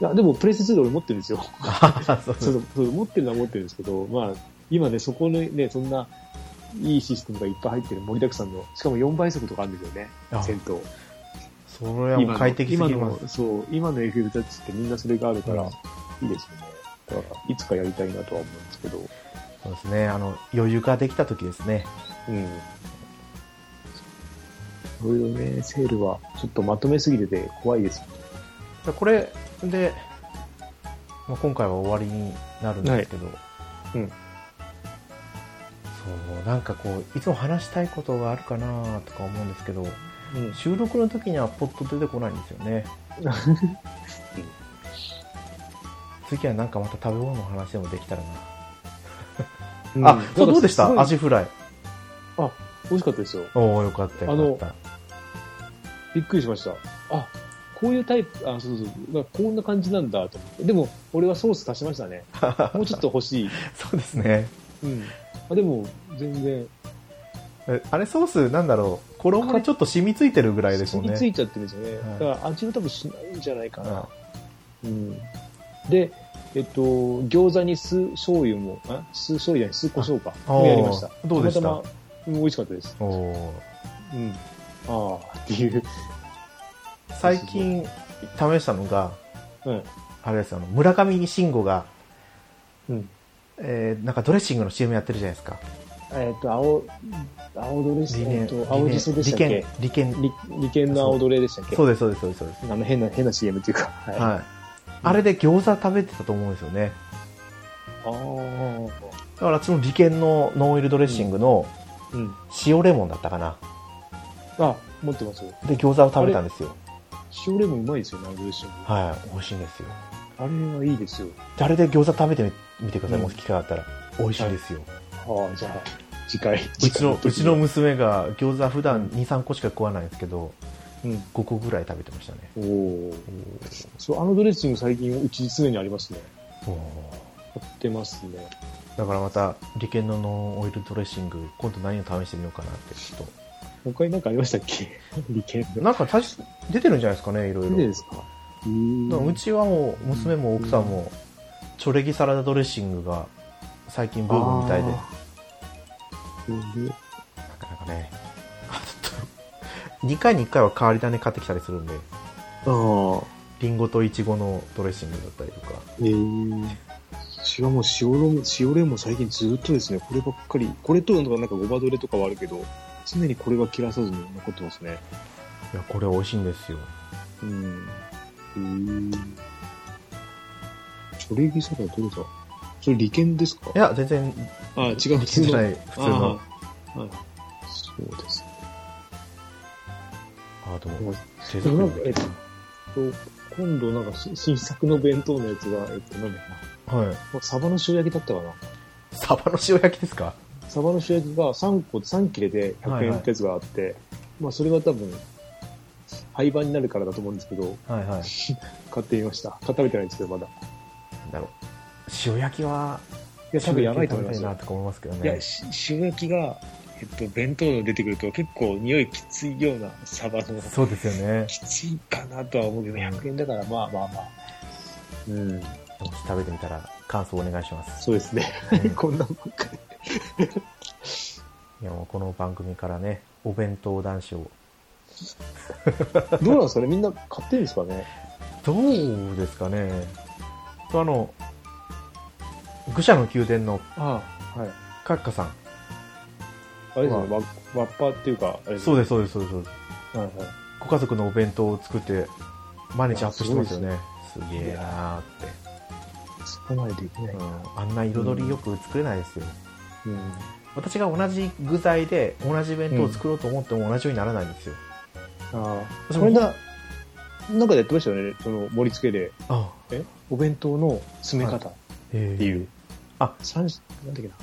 B: いや、でも、プレイス2で俺持ってるんですよ。
A: あそう
B: *laughs* そうそうそう、持ってるのは持ってるんですけど、まあ、今ね、そこのね、そんな、いいシステムがいっぱい入ってる盛りだくさんの、しかも4倍速とかあるんですよね、
A: あ
B: 戦闘。
A: それはもう快適すぎ
B: 今
A: ま
B: の
A: す。、
B: そう、今の FF タッチってみんなそれがあるから、
A: うん
B: いいですよね。だから、いつかやりたいなとは思うんですけど、
A: そうですね。あの、余裕ができた時ですね。
B: うん。いろいろね、セールは、ちょっとまとめすぎてて怖いですよね
A: じゃあこれで、まあ、今回は終わりになるんですけど、
B: うん
A: そうなんかこういつも話したいことがあるかなとか思うんですけど収録の時にはポッと出てこないんですよ
B: *laughs*
A: ね次はなんかまた食べ物の話でもできたらな、
B: うん
A: あそうどうでし
B: な
A: た
B: んかす
A: 味フライ
B: ごい美味しかったですよ。
A: おおよかった
B: あの
A: よかっ
B: びっくりしました。あ、こういうタイプ、あ、そうそうそう、まあこんな感じなんだと思って。でも、俺はソース足しました *laughs* ね。
A: た *laughs*
B: もうちょっと欲しい。
A: そうですね
B: うん。あでも、全然、
A: えあれソースなんだろう衣がちょっと染みついてるぐらいですも
B: 染
A: ん
B: み
A: ね
B: ついちゃってるんですよね。
A: はい
B: だから味は多分しないんじゃないか
A: うん
B: な。うん。で、えっと、餃子に酢醤油も、あ酢醤油じゃない、酢胡椒か。
A: ああー
B: もやりました。
A: どうでした
B: たまたま、うん美味しかったです。
A: おお
B: うん。ああ、っていう。
A: 最近試したのが
B: うん。
A: あれですあの村上信五が、
B: うん。
A: えーなんかドレッシングの CM やってるじゃないですか
B: えっと、青、青どれでしたえっと、青じそでしたっけ
A: 利権利権
B: 利利権の青奴隷でしたっけ
A: そうですそうですそうですそうです、
B: あの変な、変な CM っていうか。はい。あ
A: はいあれで餃子食べてたと思うんですよね
B: あー。
A: だからその利権のノンオイルドレッシングの
B: うん。
A: 塩レモンだったかな
B: あ、持ってますよ。
A: で餃子を食べたんですよ
B: 塩レモンうまいですよね、あのドレッシング。
A: はい美味しいんですよ
B: あれはいいですよ。
A: であれで餃子食べてみ見てください、
B: うん
A: もし機会あったら美味しいですよ、
B: ああ、じゃあ、次回。
A: うちのうちの
B: う
A: 娘が餃子普段23個しか食わないんですけど
B: ん。
A: 5個ぐらい食べてましたね
B: おお。そう、あのドレッシング最近、うち常にありますね。
A: おー
B: 買ってますね。
A: だからまた利権のノンオイルドレッシング今度何を試してみようかなってちょっ
B: 他に何かありましたっけ *laughs* 理系
A: と
B: の。
A: なんかたし出てるんじゃないですかねいろい
B: 何
A: ろ
B: でですかう。
A: だからうんちはもう娘も奥さんもチョレギサラダドレッシングが最近ブームみたいでな
B: あー。
A: かなかねあちょっと2回に1回は変わり種買ってきたりするんで
B: あー
A: リンゴとイチゴのドレッシングだったりとか
B: ええ私はもう塩レモン、塩レモン最近ずっとですね、こればっかり、これとなんかなんかごまどれとかはあるけど、常にこれは切らさずに残ってますね。
A: いやこれ美味しいんですよ
B: うん。へーチョレギサラダどれだそれ利権ですか
A: いや全然
B: あ、違う、普通
A: じゃ
B: の。
A: な
B: あ
A: い普通の
B: あはいそうですね。
A: あで
B: う
A: も
B: ん
A: 手作りの
B: えっと、今度なんかし新作の弁当のやつが、えっと、なんだっ
A: はい
B: けな。サバの塩焼きだったかな。
A: サバの塩焼きですか
B: サバの塩焼きが3個、3切れで100円ってやつがあって、まあそれは多分、廃盤になるからだと思うんですけど、
A: はいはい
B: 買ってみました。買って食べてないんですけど、まだ。い
A: なんだろう塩焼きは
B: や、多分やばいと思います
A: な
B: よ。
A: とか思いますけど
B: いや、
A: ね
B: し塩焼きが、えっと、弁当の出てくると結構匂いきついようなサバの、
A: そうですよね
B: きついかなとは思うけど、100円だからまあまあまあ。うん、
A: もし食べてみたら感想お願いします、
B: そうですね。
A: *laughs* うん
B: こんなばっかり。
A: いやもうこの番組からねお弁当男子を
B: どうなんですかねみんな買ってるんですかね
A: どうですかねとあの愚者の宮殿の
B: ああ、はい。
A: カッカさん
B: あれですよね、わわっぱっていうか、あれ。
A: そうですすそうですそうです
B: はいはい。
A: ご家族のお弁当を作って毎日アップしてますよね。すげえなーって。
B: そこまでできない。
A: うんあんな彩りよく作れないですよ。
B: うん。
A: 私が同じ具材で同じ弁当を作ろうと思っても同じようにならないんですよ。
B: ああ。
A: その
B: これだ、なんかでやってましたよね。その盛り付けで。
A: あ
B: お弁当の詰め方っ
A: え
B: ていう。
A: あ
B: 三種、なんだっけな。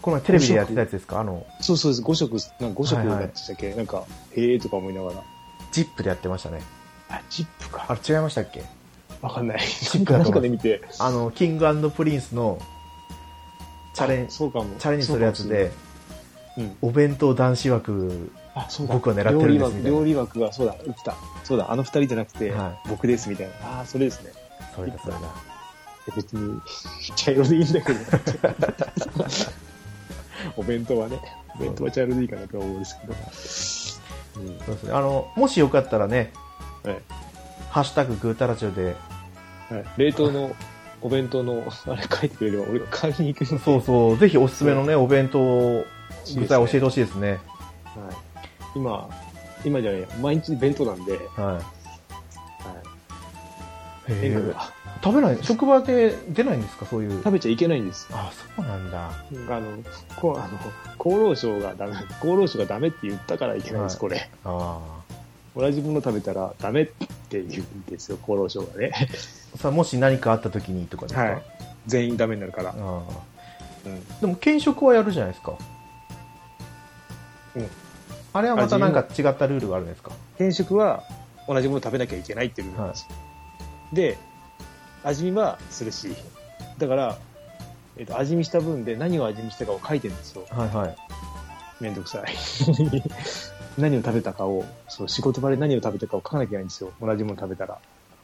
A: この前テレビでやってたやつですかあの、
B: そうそうです。5食、なんか5食
A: はいはい
B: だったっけ、なんか、へえとか思いながら。
A: ジップでやってましたね。
B: あ、ジップ
A: あ
B: か。
A: れ違いましたっけ
B: わかんない。な
A: ッ
B: ん
A: プだ
B: か、な
A: と思います
B: んかで見て。
A: あの、キングプリンスのチャレン
B: あ
A: チ
B: そうかも。
A: ャレンジするやつで、
B: そうかもしれない。うん。
A: お弁当男子枠、
B: あ、そうだ。
A: 僕は狙ってるんですみたいな
B: 料理枠、料理枠が、そうだ、言ってた。そうだ、あの二人じゃなくて、
A: は
B: 僕です、みたいな。ああ、それですね。
A: それだそれだ。
B: いや別に、茶色でいいんだけど。 *laughs* お弁当はね、お弁当は茶色でいいかなとは思うんですけど。うん。
A: そうですね。あの、もしよかったらね、
B: はい。
A: ハッシュタググータラジオで、
B: はい、冷凍のお弁当の、あれ書いてくれれば、俺が買いに行くんで
A: そうそう、ぜひおすすめのね、お弁当、具材教えて
B: はい。
A: ほしいですね。
B: 今、今じゃないや、毎日弁当なんで、はい。
A: は
B: 塩分
A: い。
B: が
A: 食べない職場で出ないんですかそういう
B: 食。べちゃいけないんです。
A: あ、そうなんだ。
B: あの、こう、あの、厚労省がダメ、厚労省がダメって言ったからいけないんです、
A: はい
B: これ。
A: あ
B: 同じもの食べたらダメって言うんですよ、厚労省がね。
A: あ。さあ、もし何かあった時にとかですか、
B: はい。全員ダメになるから。
A: ああ。
B: うん。
A: でも検食はやるじゃないですか。
B: うん
A: あれはまたなんか違ったルールがあるんですか
B: 転職は同じもの食べなきゃいけないっていうルールなんですよ。で、味見はするし、だから、えっと、味見した分で何を味見したかを書いてるんですよ。
A: はいはい。
B: めんどくさい。 *laughs* 何を食べたかを、そう、仕事場で何を食べたかを書かなきゃいけないんですよ。同じもの食べたら。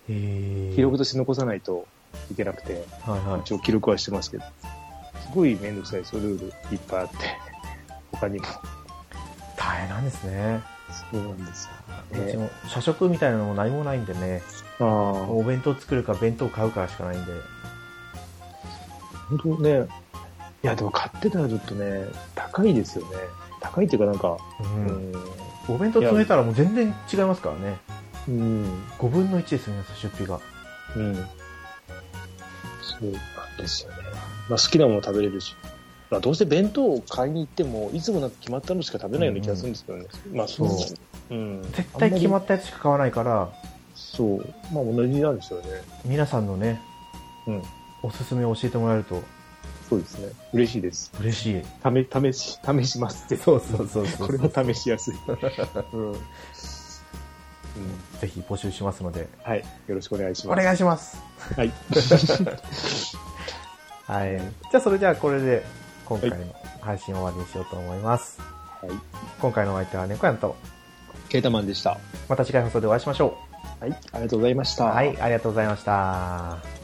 A: へー
B: 記録として残さないといけなくて、
A: はいはい。
B: 一応記録はしてますけど、すごいめんどくさいですよ、ルールいっぱいあって。 *laughs* 他にも。
A: 大変なんですね。
B: そうなんですよ。ね
A: うちも社食みたいなのも何もないんでね。
B: ああ。
A: お弁当作るか弁当買うかしかないんで。
B: 本当ね、いや、でも買ってたらちょっとね、高いですよね。高いっていうかなんか、
A: う。
B: うんん、
A: お弁当詰めたらもう全然違いますからね。
B: うん、
A: 5分の1ですよ、皆さん、出費が。
B: うん。そうなんですよね。まあ好きなもの食べれるし。まあどうせ弁当を買いに行っても、いつもなんか決まったのしか食べないような気がするんですけどね。まあそう。うん。
A: 絶対決ま
B: っ
A: ったやつしか買わないから、
B: そう。まあ同じなんですよね。
A: 皆さんのね、
B: うん
A: おすすめを教えてもらえると
B: そうですね。嬉しいです。
A: 嬉しい。
B: 試、試し、試しますって。
A: そうそうそう *laughs* そう
B: これは試しやすい。うん。うん。
A: ぜひ募集しますので、
B: はい。よろしくお願いし
A: お
B: ます。
A: 願いします。
B: はい。
A: はい。じゃあ、それではこれで、今回の配信を終わりにしようと思います。
B: はい。
A: 今回のお相手は猫やんと、
B: *laughs* ケータマンでした。
A: また次回放送でお会いしましょ
B: はい。ありがとうございました。
A: う。はい、ありがとうございました。